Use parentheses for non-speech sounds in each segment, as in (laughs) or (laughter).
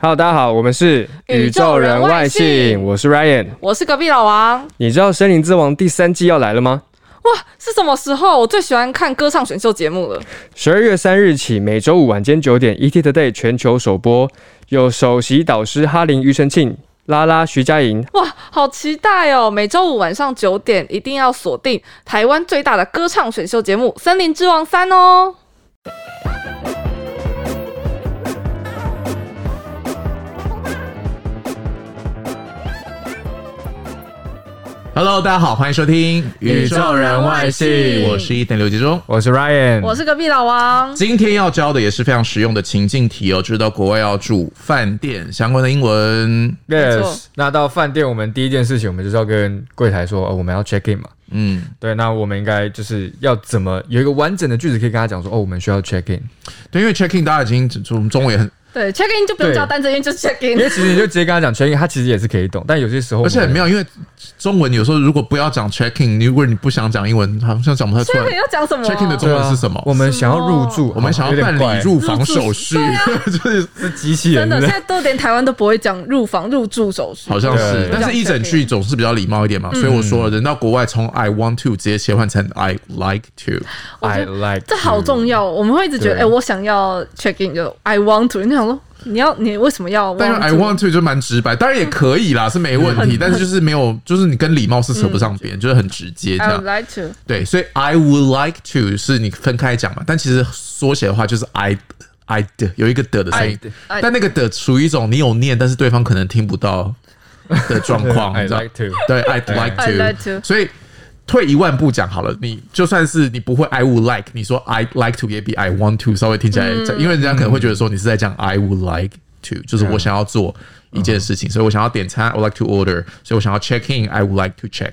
Hello，大家好，我们是宇宙人外星我是 Ryan。我是隔壁老王。你知道《森林之王》第三季要来了吗？哇，是什么时候？我最喜欢看歌唱选秀节目了。十二月三日起，每周五晚间九点，ET Today 全球首播，有首席导师哈林、庾澄庆、拉拉、徐佳莹。哇，好期待哦！每周五晚上九点一定要锁定台湾最大的歌唱选秀节目《森林之王三》哦。 Hello，大家好，欢迎收听《宇宙人外星我是一等刘杰忠。我是 Ryan，我是隔壁老王。今天要教的也是非常实用的情境题哦，就是到国外要住饭店相关的英文。没错 Yes。那到饭店，我们第一件事情，我们就是要跟柜台说，哦，我们要 check in 嘛。嗯，对，那我们应该就是要怎么有一个完整的句子可以跟他讲说，哦，我们需要 check in。对，因为 check in 大家已经就我们中文也很，对，check in 就不用叫单词，因为就是 check 因 (laughs) in 为。其实你就直接跟他讲 check in，他其实也是可以懂，但有些时候我而们且很妙，因为中文有时候如果不要讲 check in，如果你不想讲英文，好像讲不太出 check in 来。要讲 (laughs) 什么哦 check in 的中对啊文是什么？哦我们想要入住，我们想要办理入房手续， (laughs) 就是是机器真人的，对不现对在多点台湾都不会讲入房入住手续。好像是对，但是一整句总是比较礼貌一点嘛。所以我说了，嗯人到国外从 I want to 直接切换成 I like to。 I like 这好 you 重要，我们会一直觉得，哎、对我想要 check in，就 I want to。你想说，你要你为什么要 want to？但是 I want to 就蛮直白，当然也可以啦，是没问题，但是就是没有，就是你跟礼貌是扯不上边，就是很直接这 I would 样。 like to。对，所以 I would like to 是你分开讲嘛，但其实缩写的话就是 I I 的有一个的的声音 I'd，但那个的属于一种你有念，但是对方可能听不到的状况， (laughs) I 你知道 like to 对，I'd I'd like like to to。所以退一万步讲好了，你就算是你不会 I would like，你说 I like to 也比 I want to 稍微听起来，因为人家可能会觉得说你是在讲 I would like to，就是我想要做一件事情，嗯所以我想要点餐，I would like to order，所以我想要 check in，I would like to check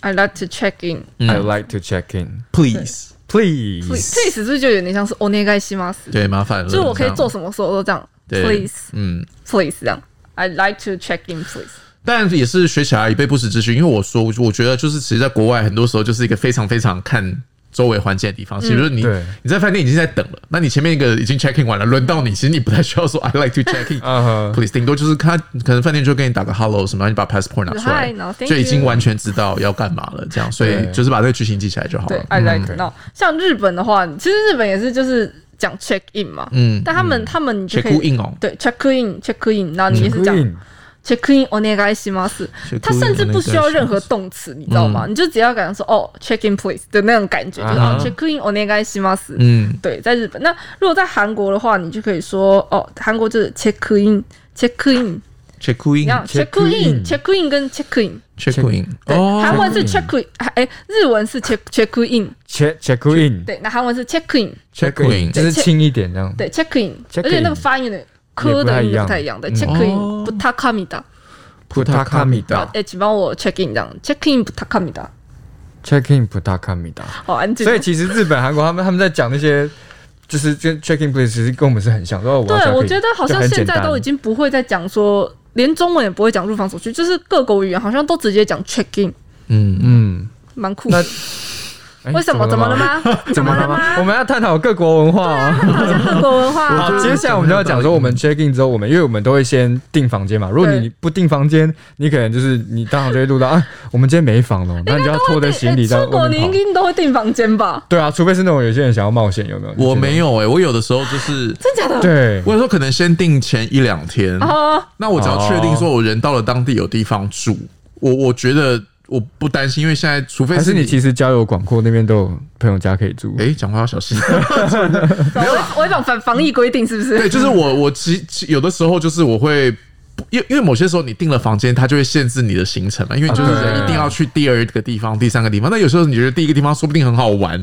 I like to check in。 I like to check in in，please。 please。 please 是不是就有点像是お願いします？对，麻烦了，就是我可以做嗯这样什么时候都这样对，please 嗯。 please 这样。I like to check in please。但也是学起来以备不时之需，因为我说，我觉得就是其实，在国外很多时候就是一个非常非常看周围环境的地嗯方。其实就是你、对你在饭店已经在等了，那你前面一个已经 check in 完了，轮到你，其实你不太需要说 I like to check in。嗯哼， Please，顶多就是他可能饭店就跟你打个 hello 什么，然后你把 passport 拿出来 Hi, no, thank 就已经完全知道要干嘛了。这样，所以对就是把这个剧情记起来就好对了。 ，I like to。嗯那像日本的话，其实日本也是就是讲 check in 嘛，嗯但他们他们你就可，check 以 in 哦，对 check in check in，然后你也是讲 Green check in お願いします。 Check in 嗯他甚至不需要任何动词，你知道吗？你就只要讲说哦 check in please 的那种感觉，就是啊哦 check in お願いします。嗯，对，在日本。那如果在韩国的话，你就可以说哦，韩国就是 check in check in， ，check 你要 in，check check in in check in 跟 check in， in，对，韩哦，文是 check in，哎、日文是 check check in， check check in 对，那韩文是 check in， check in 就是轻一点这样。对 check in， check 而且那 in 个发音有点科的音不太一样，对也不太，check 一样 in 嗯不太卡米达，普塔卡米达，哎，请帮我 check in 这样，check in 不太卡米达， check in 不大看米达。好安静。所以其实日本、韩国他们他们在讲那些，就是跟 check in please，其实跟我们是很像。说哦我要 check 对， in，我觉得好就像很现简在单都已经不会再讲说，连中文也不会讲入房手续，就是各国语言好像都直接讲 check in，嗯嗯，嗯。蛮酷那的。哎为什么？怎么了？吗？怎么了 (laughs) (laughs) 吗？我们要探讨各国文化哦。好像各国文化。啊好，接下来我们就要讲说，我们 check in 之后，我们因为我们都会先订房间嘛。如果你对不订房间，你可能就是你当场就会录到啊，我们今天没房了，那你就要拖着行李哎到出国外你面一跑。定都会订房间吧？对啊，除非是那种有些人想要冒险，有没有？我没有哎，我有的时候就是。真假的？对我有时候可能先定前一两天，啊，那我只要确定说我人到了当地有地方住，我我觉得我不担心，因为现在除非还是你其其实交友广阔那边都有朋友家可以住。哎，讲话要小心。 (laughs) 没有违反反防疫规定是不是？对，就是我我其其有的时候就是我会不。因为因为某些时候你订了房间，它就会限制你的行程嘛，因为就是啊对人一定要去第二个地方、第三个地方。那有时候你觉得第一个地方说不定很好玩，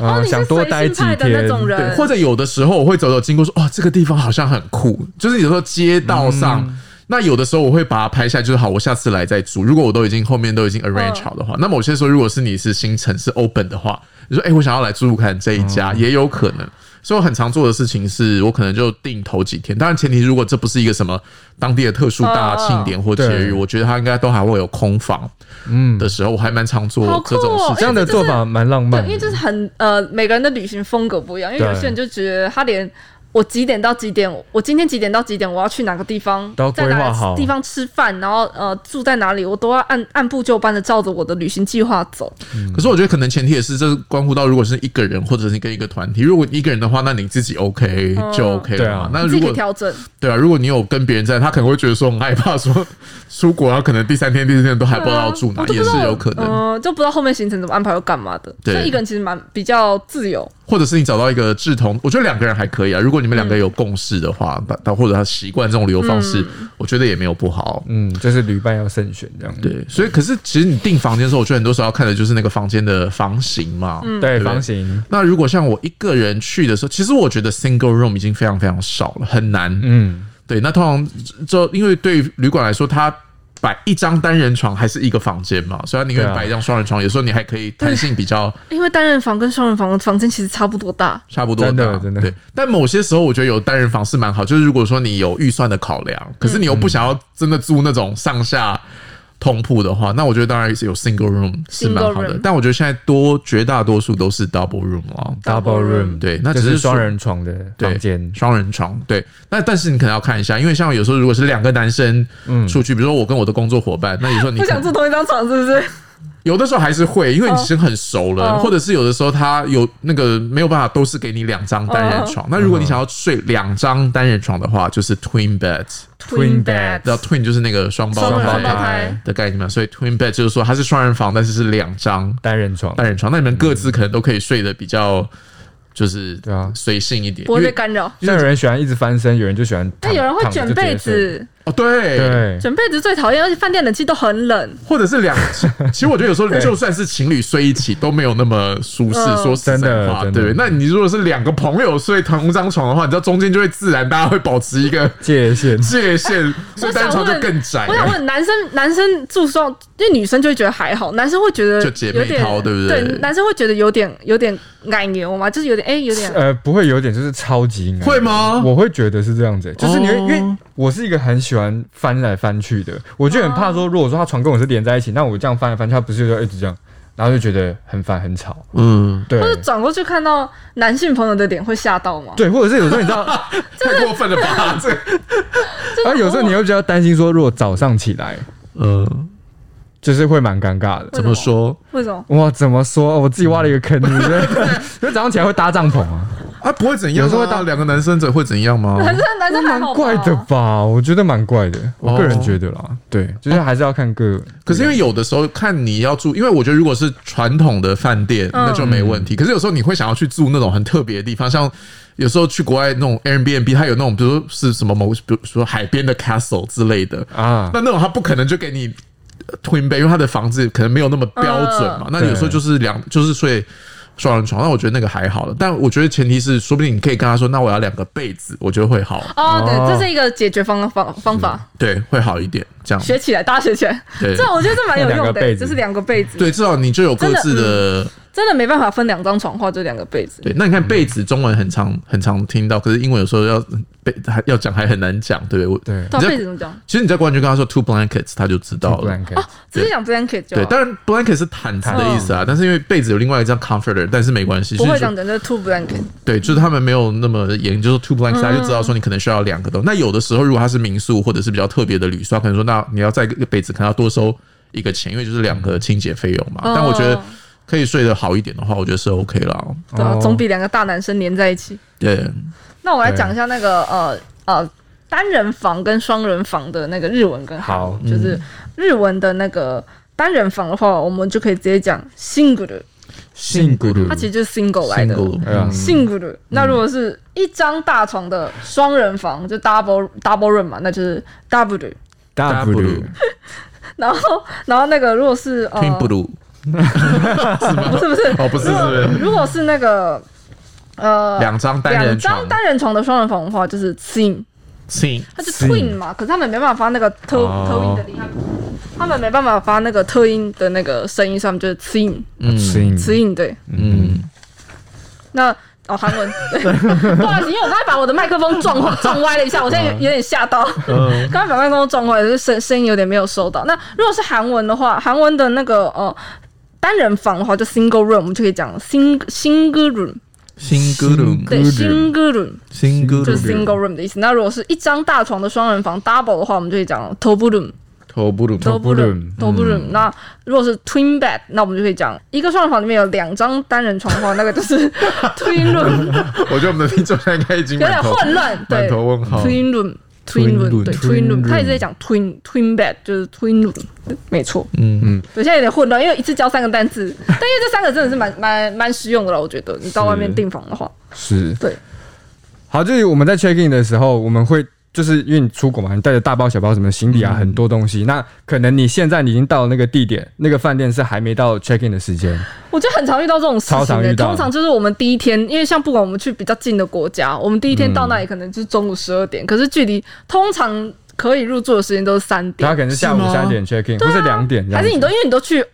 哦，呃你想是多随待性几派的那天，种对，人，或者有的时候我会走走经过说，哦，这个地方好像很酷，就是有时候街道上。嗯那有的时候我会把它拍下来，就是好，我下次来再住。如果我都已经后面都已经 arrange 嗯好的话，那某些时候如果是你是新城是 open 的话，你说哎、诶我想要来住住看这一家，嗯也有可能。所以我很常做的事情是我可能就定头几天，当然前提是如果这不是一个什么当地的特殊大庆典嗯或节日，对我觉得它应该都还会有空房。嗯，的时候我还蛮常做好酷这种哦事情。这样的做法蛮浪对漫，因的为。就是很呃，每个人的旅行风格不一样，因为对有些人就觉得他连我几点到几点，我今天几点到几点我要去哪个地方都要，规在划哪个好地方吃饭，然后呃住在哪里，我都要按按部就班的照着我的旅行计划走。可是我觉得可能前提也是，这关乎到如果是一个人或者是跟一个团体，如果你一个人的话，那你自己 OK 就 OK 对了啊嘛。那嗯你自己如可以果调整，对啊，如果你有跟别人在，他可能会觉得说很害怕，说出国，啊然后可能第三天、第四天都还不知道要住哪，啊我都也不知是道有可能。嗯、就不知道后面行程怎么安排又干嘛的。对所以一个人其实蛮比较自由，或者是你找到一个志同，我觉得两个人还可以啊。如果你们嗯两个有共识的话，他他或者他习惯这种旅游方式，嗯我觉得也没有不好。嗯，就是旅伴要慎选这样。对，所以可是其实你订房间的时候，我觉得很多时候要看的就是那个房间的房型嘛。嗯，对，对房型，那如果像我一个人去的时候，其实我觉得 single room 已经非常非常少了，很难。嗯，对，那通常就因为对于旅馆来说，它摆一张单人床还是一个房间嘛，所以它宁对愿啊摆一张双人床，有时候你还可以弹性比较因为单人房跟双人房的房间其实差不多大。差不多 (laughs) 真的大真的对，但某些时候我觉得有单人房是蛮好，就是如果说你有预算的考嗯量，可是你又不想要真的租那种上下。通铺的话，那我觉得当然是有 single room 是蛮好 Single 的 room，但我觉得现在多绝大多数都是 double room 啊， Double room，对那就只是是说双人床的对房间，双人床，对。那但是你可能要看一下，因为像有时候如果是两个男生嗯出去，比如说我跟我的工作伙伴，那有时候你不可想能住同一张床是不是？有的时候还是会，因为你已经很熟了，哦或者是有的时候他有那个没有办法都是给你两张单人哦床。那如果你想要睡两张单人床的话，就是 twin bed， Twin 知道 twin 就是那个双胞双人双双胞胞胎胎胎，的概念嘛，所以 twin bed 就是说它是双人房，但是是两张单人床，单人床，那你们各自可能都可以睡得比较就是嗯对啊随性一点，不会因被为干扰。像有人喜欢一直翻身，有人就喜欢那躺，有人会躺着卷就直接被睡，子，哦对对，卷被子最讨厌，而且饭店冷气都很冷。或者是两， (laughs) 其实我觉得有时候就算是情侣睡一起都没有那么舒适，嗯说实真在的话，真对不的对？那你如果是两个朋友睡同一张床的话，你知道中间就会自然大家会保持一个界限，界限，所以单床就更哎窄我想了。问，男生男生住双，因为女生就会觉得还好，男生会觉得就姐妹有点淘对不对对？男生会觉得有点有点奶牛嘛，就是有点哎、有点呃，不会有点就是超级硬会吗我会觉得是这样子、就是你会、哦因为我是一个很喜欢翻来翻去的，我就很怕哦说，如果说他床跟我是连在一起，那我这样翻来翻去，他不是就一直这样，然后就觉得很烦很吵，嗯，对或者转过去看到男性朋友的脸会吓到吗？对，或者是有时候 (laughs) 你知道，啊太过分了吧？这，真的而有时候你又比较担心说，如果早上起来，呃，就是会蛮尴尬的。怎么说为什么？哇，怎么说？我自己挖了一个坑，对 (laughs) 不对？就早上起来会搭帐篷啊，啊？不会怎样啊？有时候会到两个男生怎会怎样 (laughs) 吗？男生男生还蛮好吧怪的吧？我觉得蛮怪的，我个人哦觉得啦，对，就是还是要看个。可是因为有的时候看你要住，因为我觉得如果是传统的饭店，那就没问题。可是有时候你会想要去住那种很特别的地方，像有时候去国外那种 Airbnb，它有那种比如说是什么某，比如说海边的 castle 之类的，啊，那那种它不可能就给你 twin bed，因为它的房子可能没有那么标准嘛。那有时候就是两就是睡。双人床，那我觉得那个还好了，但我觉得前提是，说不定你可以跟他说，那我要两个被子，我觉得会好，哦，哦对，这是一个解决方方方法，对，会好一点，这样学起来，大家学起来。对这我觉得这蛮有两用个被的，子就是两个被子，对，至少你就有各自真的真的没办法分两张床的话，就两个被子。对，那你看被子中文很常很常听到，可是英文有时候要被还要讲还很难讲，对不对？我对，对你啊，在被子怎么讲？其实你在国外就跟他说 two blankets，他就知道不了然。可以。直接讲 blanket 就对，好。当然 blanket 是毯子的意思啊，但是因为被子有另外一张 comforter，但是没关系，不就会是这样说讲，就是 two blanket。对，就是他们没有那么严，就是 two blankets，他就嗯知道说你可能需要两个东西。那有的时候如果他是民宿或者是比较特别的旅宿，他可能说那你要再一个被子，可能要多收一个钱，因为就是两个清洁费用嘛。啊但我觉得哦可以睡得好一点的话，我觉得是 OK 啦。对啊哦，总比两个大男生黏在一起。对，那我来讲一下那个呃呃单人房跟双人房的那个日文跟韩文嗯好就是日文的那个单人房的话，我们就可以直接讲 single，性格它其实就是 single 来的。 Single，哎呀嗯 single，那如果是一张大床的双人房，就 double double room 嘛，那就是 double。大不如 W 然后，然后那个如果是呃， twin blue。不是不 (laughs) 是，哦，不是，如果是如果是那个呃两张单两人床张单人床的双人房的话，就是 twin， ，Sing 它是 twin 嘛，可是他们没办法发那个特哦特音的音，他们没办法发那个特音的那个声音，所以他们就是 twin 嗯 Sing twin 对。嗯，那哦，韩文， (laughs) 对不好意思，因为我刚才把我的麦克风撞坏撞歪了一下，我现在有有点吓到，嗯刚才把麦克风撞坏了，就是声声音有点没有收到。那如果是韩文的话，韩文的那个呃单人房的话，就 single room，我们就可以讲 sing single room。 single room 对，single room single 就是 single room 的意思。那如果是一张大床的双人房 double 的话，我们就会讲 double room。头部 room double room 嗯 room double room。那如果是 twin bed，那我们就可以讲一个双人房里面有两张单人床的话，那个就是 (laughs) twin room，我觉得我们的听众现在应该已经有点满头混乱。对满头问号。 ，twin room。Twin twin room 对 room， twin room， twin 他一直在讲 twin twin bed，就是 twin room，没错。嗯嗯，我现在有点混乱，因为一次教三个单字，但因为这三个真的是蛮蛮蛮实用的了，我觉得你到外面订房的话，是对。好，就是我们在 check in 的时候，我们会就是因为你出国嘛，你带着大包小包什么行李啊，很多东西。那可能你现在已经到那个地点，那个饭店是还没到 check in 的时间，我觉得很常遇到这种事情、超欸，常遇到通常就是我们第一天，因为像不管我们去比较近的国家，我们第一天到那里可能就是中午十二点，可是距离通常可以入住的时间都是三他点，可能是下午是吗三点 check in 啊或者两点这样还子。是你都因为你都去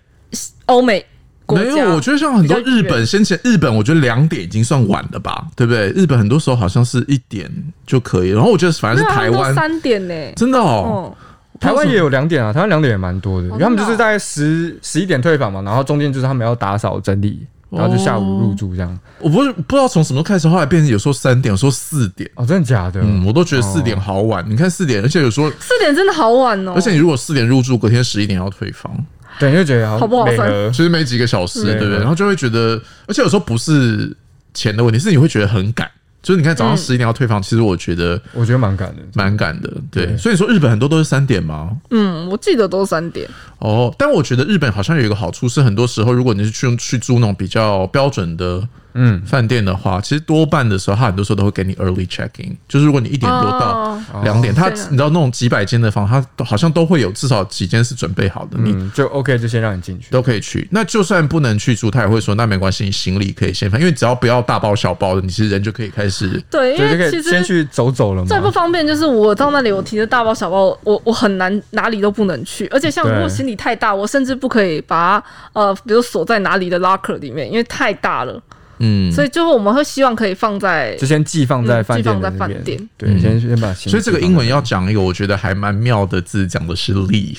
欧美国没家，有，我觉得像很多比较日本，先前日本我觉得两点已经算晚了吧，对不对？日本很多时候好像是一点就可以，然后我觉得反没正有是啊他台们都湾三点呢、欸，真的哦，哦，台湾也有两点啊，台湾两点也蛮多的，因为他们真的就哦是大概十十一点退房嘛，然后中间就是他们要打扫整理，然后就下午入住这样。我不是不知道从什么时候开始，后来变成有时候三点，有时候四点，哦，真的假的？嗯，我都觉得四点好晚。你看四点，而且有时候，四点真的好晚哦，而且你如果四点入住，隔天十一点要退房，对，你就觉得好好不好美算和其实没几个小时，嗯对不对？然后就会觉得，而且有时候不是钱的问题，是你会觉得很赶。就是你看早上嗯十一点要退房，其实我觉得我觉得蛮感人。蛮赶的，对。对所以说日本很多都是三点吗？嗯，我记得都是三点，哦，但我觉得日本好像有一个好处是，很多时候如果你是去去租那种比较标准的嗯，饭店的话，其实多半的时候，他很多时候都会给你 early check in，就是如果你一点多到哦两点，他对啊你知道那种几百间的房，他都好像都会有至少几间是准备好的，你嗯，就 OK，就先让你进去。都可以去。那就算不能去住，他也会说那没关系，你行李可以先放，因为只要不要大包小包的，你其实人就可以开始。对，因对，就可为其以实先去走走了嘛。最不方便就是我到那里，我提着大包小包，我我很难哪里都不能去，而且像对如果行李太大，我甚至不可以把它呃，比如锁在哪里的 locker 里面，因为太大了，嗯，所以就是我们会希望可以放在就先寄放在嗯饭寄店放的在那饭边店。对，先先把行李嗯所以这个寄英放文要讲一个，我觉得还蛮妙的字，讲的是 leave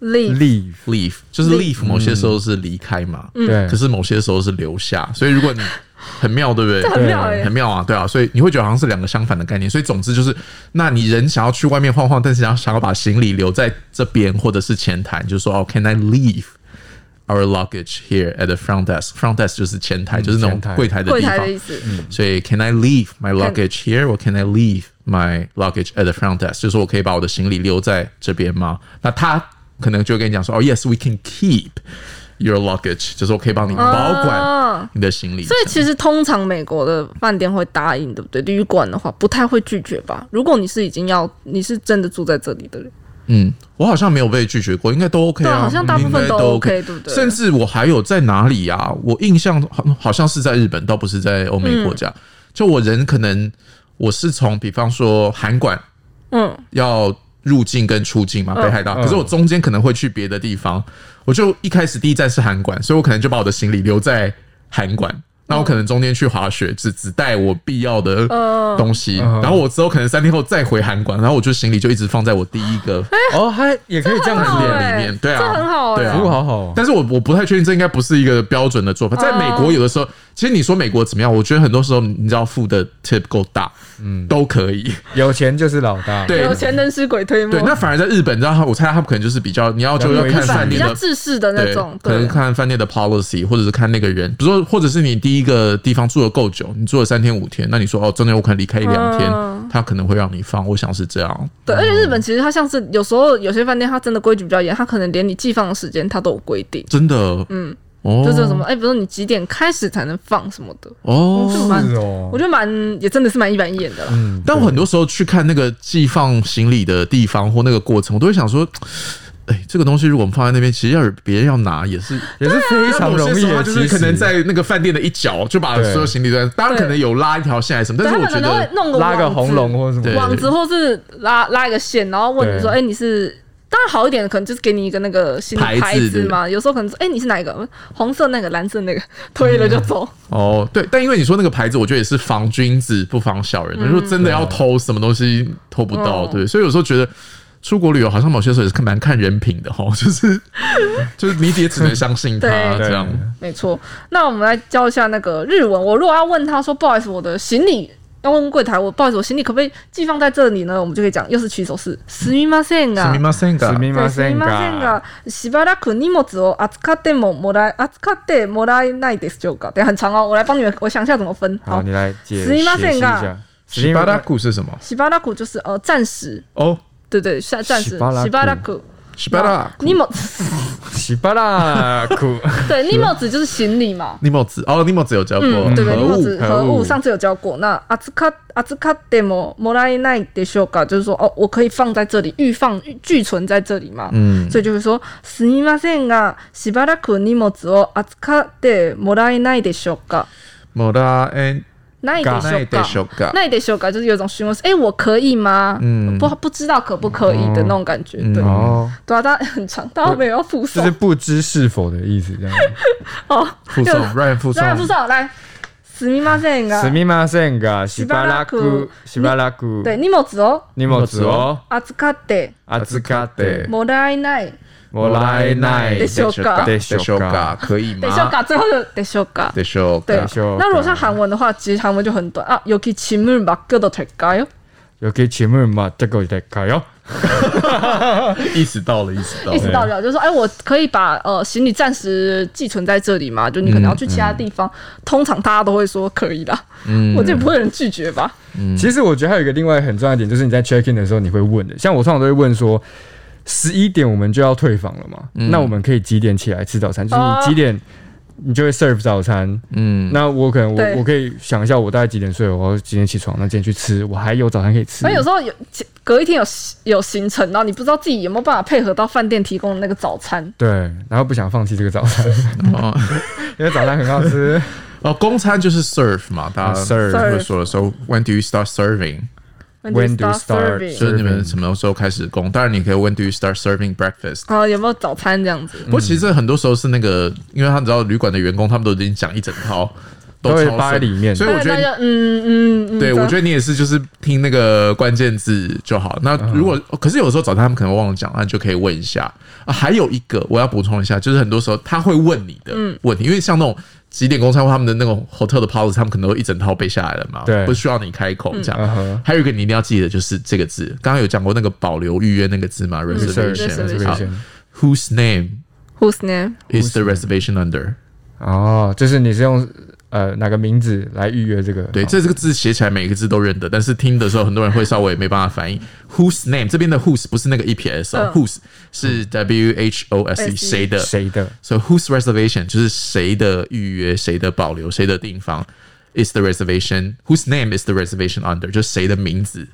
leave， leave， leave，就是 leave 某些时候是离开嘛，嗯对，可是某些时候是留下，所以如果你很妙，对不对？这很妙哎、很妙啊，对啊，所以你会觉得好像是两个相反的概念。所以总之就是，那你人想要去外面晃晃，但是想要想要把行李留在这边或者是前台，你就说哦，Can I leave our luggage here at the front desk？Front desk 就是嗯前台，就是那前种台柜台的柜地台方嗯的。意思，所以 Can I leave my luggage here or Can I leave my luggage at the front desk？就是我可以把我的行李留在这边吗？那他可能就会跟你讲说，哦，Yes，we can keep your luggage，就是我可以帮你保管啊你的行李。所以其实通常美国的饭店会答应，对不对？旅馆的话不太会拒绝吧？如果你是已经要你是真的住在这里的人，嗯，我好像没有被拒绝过，应该都 OK 对啊，啊好像大部分应该都都 OK，对不对甚至我还有在哪里啊？我印象好好像是在日本，倒不是在欧美国家。嗯就我人可能我是从比方说韩馆嗯，要入境跟出境嘛，北海道，嗯可是我中间可能会去别的地方，我就一开始第一站是韩馆，所以我可能就把我的行李留在韩嗯馆。那我可能中间去滑雪，只只带我必要的东西，嗯然后我之后可能三天后再回韩馆，然后我就行李就一直放在我第一个哎哦，还也可以这样很饭好子店欸耶，里面，对啊，这很好欸对啊，服务好好哦。但是我我不太确定，这应该不是一个标准的做法。哦在美国，有的时候，其实你说美国怎么样，我觉得很多时候，你知道付的 tip 够大，嗯，都可以。有钱就是老大。对有钱能使鬼推磨对，，那反而在日本，你知道他，我猜他们可能就是比较，你要就要看饭比店较的。自私的那对种，，可能对。看饭店的 policy，或者是看那个人，比如说，或者是你第一个地方住的够久，你住了三天五天，那你说哦，中间我可能离开一两天，嗯他可能会让你放，我想是这样。对，而且日本其实它像是有时候有些饭店它真的规矩比较严，它可能连你寄放的时间它都有规定，真的，嗯，哦，就是有什么哎、比如说你几点开始才能放什么的，哦，就蛮是，哦我，觉得蛮也真的是蛮一板一眼的啦。嗯，但我很多时候去看那个寄放行李的地方或那个过程，我都会想说，哎，这个东西如果我们放在那边，其实要是别人要拿也 (laughs) 是。也是非啊常容那某些易时候啊他的，就是其实可能在那个饭店的一角就把对所有行李都在，当然可能有拉一条线还是什么，对，但他是们可我觉能会得弄个拉个网子红龙或者什对么网子，或是拉拉一个线，然后问你说，哎、对你是。当然好一点的，可能就是给你一个那个新的牌子牌子嘛。有时候可能说，哎、你是哪一个？红色那个，蓝色那个，推了就走。哦，对，但因为你说那个牌子，我觉得也是防嗯君子不防小人。你说真的要偷什么东西偷不到，嗯对，所以有时候觉得出国旅游好像某些时候也是蛮看人品的哈， (laughs) 就是就是你也只能相信他对这样。没错。那我们来教一下那个日文。我如果要问他说，不好意思，我的行李要问柜台，我不好意思，我行李可不可以寄放在这里呢？我们就可以讲，又是起手式，すみませんが。ませんすみ对ますせみんませんがが、しばらく荷物を扱ってももらえ扱ってもらえないでしょうか？对，很长哦，我来帮你们，我想一下怎么分。好，你来解す解み释ません一が下。西巴拉库是什么？しばらく就是呃暂时，哦，对对，暂暂し时。ばらくしばらく西巴拉荷物，西巴拉 (laughs) 库，对，荷物就是行李嘛。尼莫子哦，尼莫子有教过嗯，对对，何荷物物何何物物上次有教过。那阿兹卡阿兹卡でももらえないでしょうか？就是说哦，我可以放在这里，预放预具存在这里嘛。嗯，所以就是说，すみませんが、しばらく荷物を扱ってもらえないでしょうか？莫拉恩ないでしょ奈う德か？修嘎，ないでしょうか？就是有一种询问是，哎、我可以吗？嗯不不知道可不可以的那种感觉。嗯对，哦哦，对啊，大家很长，大家没有要附就送是不知是否的意思，这样。哦。附送又 Ryan 附送来附送来，すみませんすが、みませんが、しばらく、しばらく、对荷物を荷物を扱って預かってもらえないもらえないででしょうか得修嘎可以でしょう吗？か？最后的でしょうか？得修对嘎，しょう。那如果像韩文的话，其实韩文就很短啊。여기짐을맡겨도될까요？ 여기질문맞대고있을까요？ 意识到了，意识到意思了。到了，就是说，哎，我可以把呃行李暂时寄存在这里嘛？就你可能要去其他地方，通常大家都会说可以啦。嗯我这不会有人拒绝吧？其实我觉得还有一个另外很重要一点，就是你在 check in 的时候你会问的，像我通常都会问说，十一点我们就要退房了嘛，那我们可以几点起来吃早餐？就是你几点你就会 serve 早餐，嗯，那我可能对我我可以想一下，我大概几点睡，我要几点起床，那几点去吃，我还有早餐可以吃嗯所以。有时候有隔一天有有行程，然后你不知道自己有没有办法配合到饭店提供的那个早餐。对，然后不想放弃这个早餐， (laughs) 哦 (laughs) 因为早餐很好吃。 (laughs) 哦，公餐就是 serve 嘛，大家嗯 Serve 会说的时候，When do you start serving？ When do you start？ serving？就是你们什么时候开始工？当然，你可以 When do you start serving breakfast？啊，有没有早餐这样子？不过其实很多时候是那个，因为他们知道旅馆的员工，他们都已经讲一整套，都会超扒在里面所以我觉那得就嗯嗯嗯，对，啊这我样觉得你也是，就是听那个关键字就好。那嗯如果、可是有时候早餐他们可能忘了讲，那你就可以问一下。啊、还有一个我要补充一下，就是很多时候他会问你的问题，因为像那种几点公餐或他们的那种 hotel 的 policy，他们可能都一整套背下来了嘛，对不需要你开口这样。嗯哼还有一个你一定要记得就是这个字，刚刚有讲过那个保留预约那个嗯字嘛 reservation ，reservation，好 reservation ，whose name Who's name？ is the reservation under？哦，就是你是用呃哪个名字来预约这个？哦对，这这个字写起来每个字都认得，但是听的时候很多人会稍微没办法反应。Whose name 这边的 whose 不是那个 e p s 哦、嗯 whose 是 w h o s e 谁的？谁的？所以 whose reservation 就是谁的预约、谁的保留、谁的订房，is the reservation whose name is the reservation under 就是谁的名字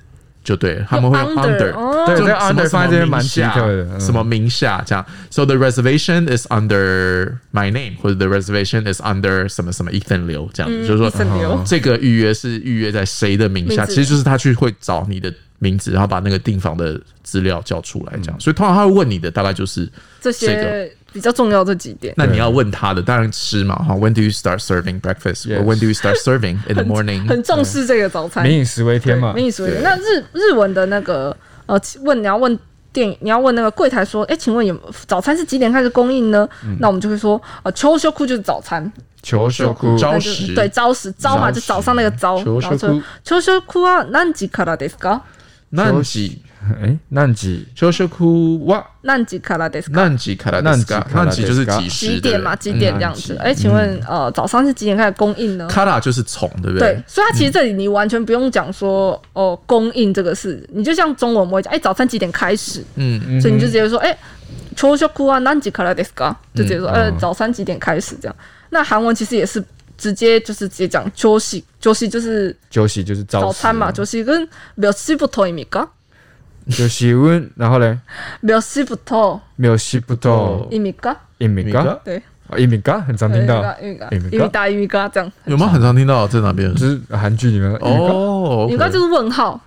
就对了，他们会用 under，哦 under，对就这个什么 under 放在这边蛮奇特的什么名下嗯什么名下这样。So the reservation is under my name，或者 the reservation is under 什么什么 Ethan 刘这样子，就是，Ethan 刘说嗯这个预约是预约在谁的名下，名字其实就是他去会找你的。名字，然后把那个订房的资料叫出来，这样。所以通常他会问你的大概就是这这些比较重要这几点。那你要问他的，当然吃嘛哈。When do you start serving breakfast? Yes. Or When do you start serving in the morning? 很重视这个早餐，民以食为天嘛民。以食为对天。那日日文的那个呃，问你要问店，你要问那个柜台说，哎、请问有早餐是几点开始供应呢？嗯那我们就会说，呃，秋休库就是早餐，求就秀哭， (laughs) 朝那就是食对朝食朝嘛，朝就食早上那个朝，朝然后食说秋休库啊，何時からですか？何時哎，难几？朝食は何時からですか？何時からですか？何何時からです時か就是几时几点嘛？对几不对点嗯这样子？哎、请问呃，早上是几点开始供应呢？から就是从，对对不对？，所以它其实这里你完全不用讲说哦供应这个事，你就像中文我们会讲，哎、早餐几点开始？嗯，所以你就直接说，哎、朝食は何時からですか？就直接说，呃，早餐几点开始？这样。那韩文其实也是直接就是直接讲朝食，朝食就是九喜就是早早餐嘛，就朝食跟몇시부터입니까？ 九喜温，然后嘞， 몇시부터 没有西不哦到 입니까？ 一米嘎，对，一米嘎，很常听到， 입 입니까 니까 입니다입니까这样。 有没有很常听到在哪边？就是韩剧里面哦哦， 입니까 ，OK 就是问号，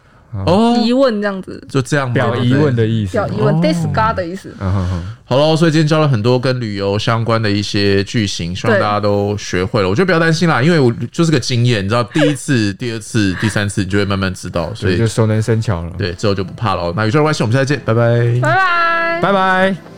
哦，疑问这样子，就这样吗表疑问的意思叫嘛。疑问哦 d i s c a 的意思。嗯哼哼，好喽，所以今天教了很多跟旅游相关的一些句型，希望对大家都学会了。我觉得不要担心啦，因为我就是个经验，你知道，第一次、第二次、第三次，你就会慢慢知道。所所以以就熟能生巧了。对，之后就不怕了哦。那宇宙的关系，我们下次见，拜拜。拜拜。拜拜。